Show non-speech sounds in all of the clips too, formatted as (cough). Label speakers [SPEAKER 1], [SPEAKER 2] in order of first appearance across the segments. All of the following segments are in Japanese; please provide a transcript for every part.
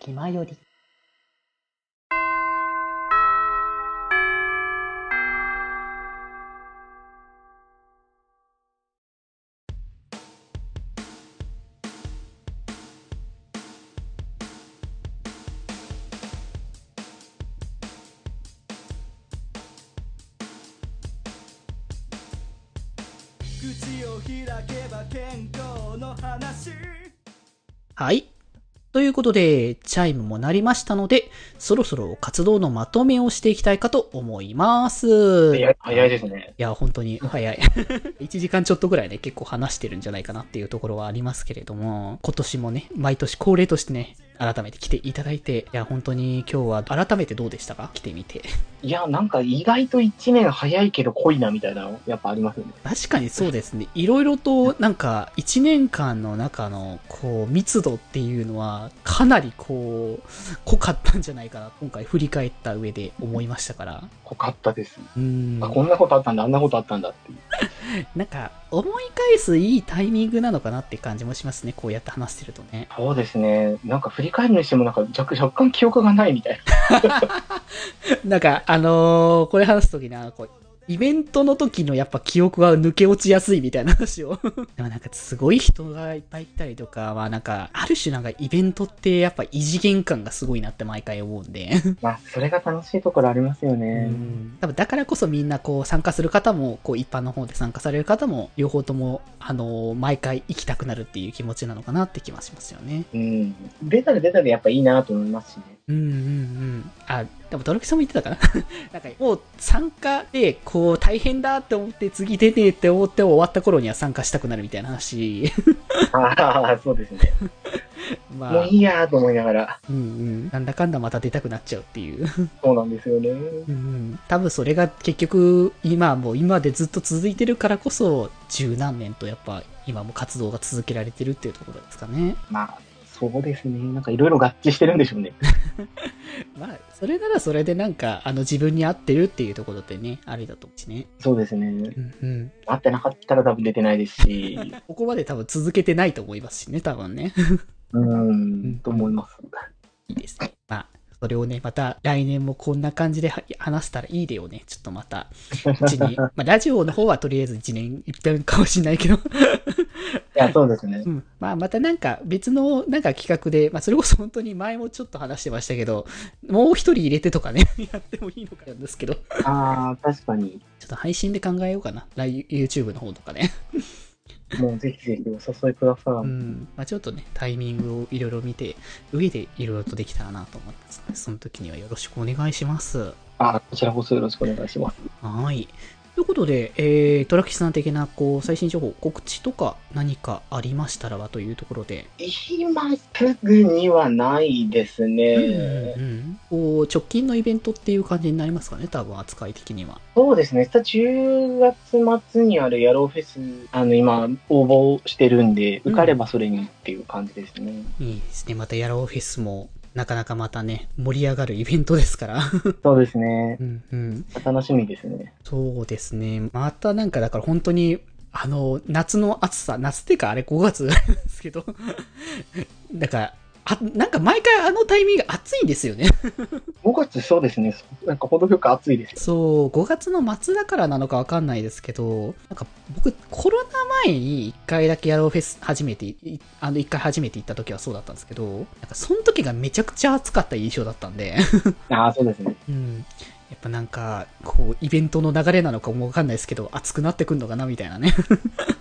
[SPEAKER 1] きまより
[SPEAKER 2] 口を開けば健康の話
[SPEAKER 3] はい。ということで、チャイムも鳴りましたので、そろそろ活動のまとめをしていきたいかと思います。
[SPEAKER 4] 早い早いですね。
[SPEAKER 3] いや、本当に早い。1時間ちょっとぐらいね、結構話してるんじゃないかなっていうところはありますけれども、今年もね、毎年恒例としてね、改めて来ていただいて、いや、本当に今日は改めてどうでしたか来てみて。
[SPEAKER 4] いや、なんか意外と1年早いけど濃いなみたいなの、やっぱありますよね。
[SPEAKER 3] 確かにそうですね。いろいろと、なんか、1年間の中の、こう、密度っていうのは、かなりこう、濃かったんじゃないかな、今回振り返った上で思いましたから。
[SPEAKER 4] 濃かったです。
[SPEAKER 3] うーん。
[SPEAKER 4] あ、こんなことあったんだ、あんなことあったんだっていう。
[SPEAKER 3] なんか、思い返すいいタイミングなのかなって感じもしますね。こうやって話してるとね。
[SPEAKER 4] そうですね。なんか振り返るにしても、なんか若若干記憶がないみた (laughs) いな。
[SPEAKER 3] なんか、あのーこれ話すときな、こう、イベントの時のやっぱ記憶は抜け落ちやすいみたいな話を。 (laughs) でもなんかすごい人がいっぱい来たりとかは、なんか、ある種なんかイベントってやっぱ異次元感がすごいなって毎回思うんで。
[SPEAKER 4] まあ、それが楽しいところありますよね。
[SPEAKER 3] 多分だからこそみんなこう参加する方も、こう一般の方で参加される方も、両方とも、あのー毎回行きたくなるっていう気持ちなのかなって気はしますよね。
[SPEAKER 4] うん。出たら出たでやっぱいいなと思いますしね。
[SPEAKER 3] うんうんうん。あ、でも、ドラキさんも言ってたかな (laughs) なんか、もう参加で、こう、大変だって思って、次出てって思って終わった頃には参加したくなるみたいな話。 (laughs)
[SPEAKER 4] ああ、そうですね。
[SPEAKER 3] ま
[SPEAKER 4] もう
[SPEAKER 3] あ、
[SPEAKER 4] いいやと思いながら。
[SPEAKER 3] うんうん。なんだかんだまた出たくなっちゃうっていう。 (laughs)
[SPEAKER 4] そうなんですよね。
[SPEAKER 3] うんうん。多分それが結局、今もう今でずっと続いてるからこそ、十何年とやっぱ、今も活動が続けられてるっていうところですかね。 (laughs)
[SPEAKER 4] まあ、そうですね。なんかいろいろ合致してるんでしょうね。
[SPEAKER 3] まあ、それならそれでなんか、あの自分に合ってるっていうところでね、あれだと思うしね。
[SPEAKER 4] そうですね。
[SPEAKER 3] うんうん。
[SPEAKER 4] 合ってなかったら多分出てないです (laughs) し。
[SPEAKER 3] ここまで多分続けてないと思いますしね、多分ね。
[SPEAKER 4] うーん、と思います。
[SPEAKER 3] いいですね。 (laughs) まあ、それをね、また来年もこんな感じでは話したらいいでよね。ちょっとまた、うち (laughs) に。まあ、ラジオの方はとりあえず1年一遍かもしれないけど、
[SPEAKER 4] いや、そうですね
[SPEAKER 3] う。ん。まあ、またなんか別のなんか企画で、まあ、それこそ本当に前もちょっと話してましたけど、もう一人入れてとかね、 (laughs) やってもいいのかなんですけど、ちょ
[SPEAKER 4] ああ、確かに。
[SPEAKER 3] っと配信で考えようかな。来 YouTube の方とかね。
[SPEAKER 4] もうぜひぜひお誘いください。
[SPEAKER 3] うん。まあ、ちょっとね、タイミングをいろいろ見て、上でいろいろとできたらなと思いますので、その時にはよろしくお願いします。
[SPEAKER 4] あこちらこそよろしくお願いします。
[SPEAKER 3] はい。ということで、えー、トラキシさん的な、こう、最新情報、告知とか何かありましたらばというところで、
[SPEAKER 4] 今すぐにはないですね。
[SPEAKER 3] うんうんこう、直近のイベントっていう感じになりますかね、多分扱い的には。
[SPEAKER 4] そうですね。さ10月末にあるヤローフェス、あの、今、応募してるんで、
[SPEAKER 3] うん
[SPEAKER 4] 受かればそれにっていう感じですね。
[SPEAKER 3] いいですね。また、やろうフェスも、なかなかまたね、盛り上がるイベントですから。 (laughs)
[SPEAKER 4] そうですね。
[SPEAKER 3] うんうん。
[SPEAKER 4] 楽しみですね。
[SPEAKER 3] そうですね。またなんかだから本当に、あの、夏の暑さ、夏っていうかあれ5月ですけど、 (laughs) なんか、あ、なんか毎回あのタイミング暑いんですよね。 (laughs)
[SPEAKER 4] 5月、そうですね。なんか程よく暑いですよ。
[SPEAKER 3] そう、5月の末だからなのかわかんないですけど、なんか僕、コロナ前に1回だけヤローフェス初めて、いあの1回初めて行った時はそうだったんですけど、なんかその時がめちゃくちゃ暑かった印象だったんで、 (laughs)
[SPEAKER 4] ああ、そうですね。
[SPEAKER 3] うん。やっぱなんか、こう、イベントの流れなのかもわかんないですけど、暑くなってくんのかなみたいなね。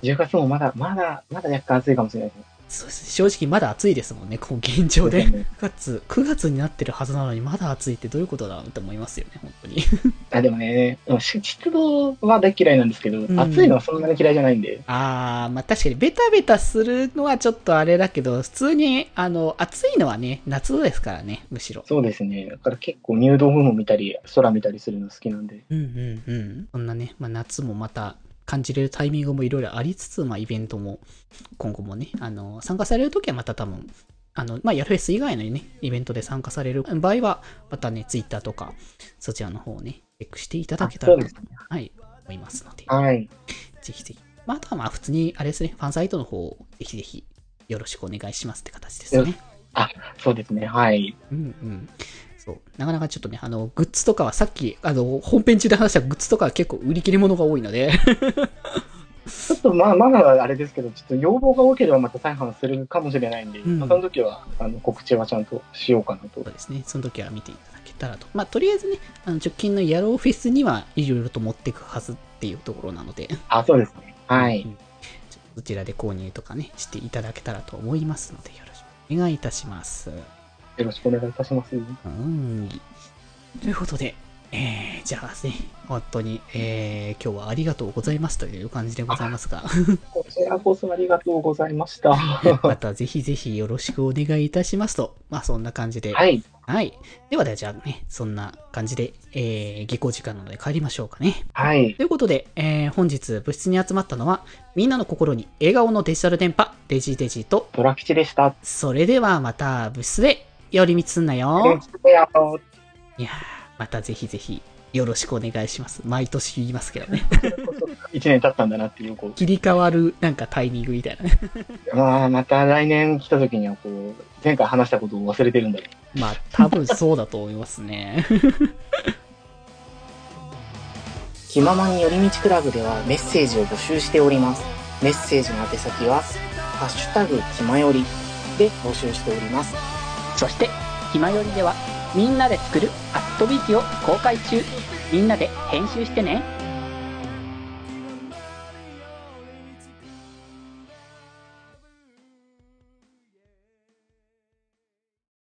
[SPEAKER 4] 10月もまだ、まだ、まだ若干暑いかもしれないですね。
[SPEAKER 3] そうです正直まだ暑いですもんね、こう現状で。9月、9月になってるはずなのにまだ暑いってどういうことだろうって思いますよね、本当 (laughs) に。
[SPEAKER 4] あでもね、でもし湿度は大嫌いなんですけど、
[SPEAKER 3] ん
[SPEAKER 4] 暑いのはそんなに嫌いじゃないんで、
[SPEAKER 3] あー、まあ確かにベタベタするのはちょっとあれだけど、普通に、あの、暑いのはね、夏ですからね、むしろ。
[SPEAKER 4] そうですね。だから結構入道雲見たり、空見たりするの好きなんで、
[SPEAKER 3] うんうんうん。そんなね、まあ夏もまた感じれるタイミングもいろいろありつつ、まあイベントも、今後もね、あの、参加されるときはまた多分、あの、まあ、ヤルフェス以外のね、イベントで参加される場合は、またね、ツイッターとか、そちらの方をね、チェックしていただけたら
[SPEAKER 4] あそうです
[SPEAKER 3] と、はい、思いますので、
[SPEAKER 4] はい。
[SPEAKER 3] ぜひぜひ。まあ、あとはまあ、普通に、あれですね、ファンサイトの方を、ぜひぜひ、よろしくお願いしますって形ですね。
[SPEAKER 4] そうですね。はい。
[SPEAKER 3] うんうん。そう。なかなかちょっとね、あの、グッズとかはさっき、あの、本編中で話したグッズとかは結構売り切れ物が多いので、
[SPEAKER 4] ちょっとまあ、まだあれですけど、ちょっと要望が多ければまた再販するかもしれないんで、
[SPEAKER 3] うん
[SPEAKER 4] まあその時は、あの、告知はちゃんとしようかなと
[SPEAKER 3] そう。ですね、その時は見ていただけたらと。まあ、とりあえずね、あの直近のヤローフェスにはいろいろと持ってくはずっていうところなので、 (laughs)
[SPEAKER 4] あ、そうですね。は
[SPEAKER 3] う
[SPEAKER 4] い。
[SPEAKER 3] んちょっとそちらで購入とかね、していただけたらと思いますので、よろしくお願いいたします。
[SPEAKER 4] よろしくお願いいたします。
[SPEAKER 3] うん。ということで、えー、じゃあね、本当に、えー、今日はありがとうございますという感じでございますが、
[SPEAKER 4] こちらこそありがとうございました。
[SPEAKER 3] (laughs) ま
[SPEAKER 4] は
[SPEAKER 3] たぜひぜひよろしくお願いいたしますと、まあそんな感じで、はい。
[SPEAKER 4] い。
[SPEAKER 3] ではではじゃあね、そんな感じで、えー、下校時間なので帰りましょうかね。
[SPEAKER 4] はい。
[SPEAKER 3] ということで、えー本日部室に集まったのは、みんなの心に笑顔のデジタル電波、デジデジと、
[SPEAKER 4] ドラ吉でした。
[SPEAKER 3] それではまた部室で寄り道すんなよ。いやーまたぜひぜひよろしくお願いします。毎年言いますけどね。 (laughs)
[SPEAKER 4] 一年経ったんだなっていう、こ
[SPEAKER 3] 切り替わるなんかタイミングみたいなね。 (laughs)
[SPEAKER 4] う、まあ、また来年来た時には、こう、前回話したことを忘れてるんだろう。
[SPEAKER 3] まあ多分そうだと思いますね。 (laughs)
[SPEAKER 1] 気ままに寄り道クラブではメッセージを募集しております。メッセージの宛先は、ハッシュタグ気まよりで募集しております。
[SPEAKER 5] そして、ひまよりでは、みんなで作るアットビーキを公開中。みんなで編集してね。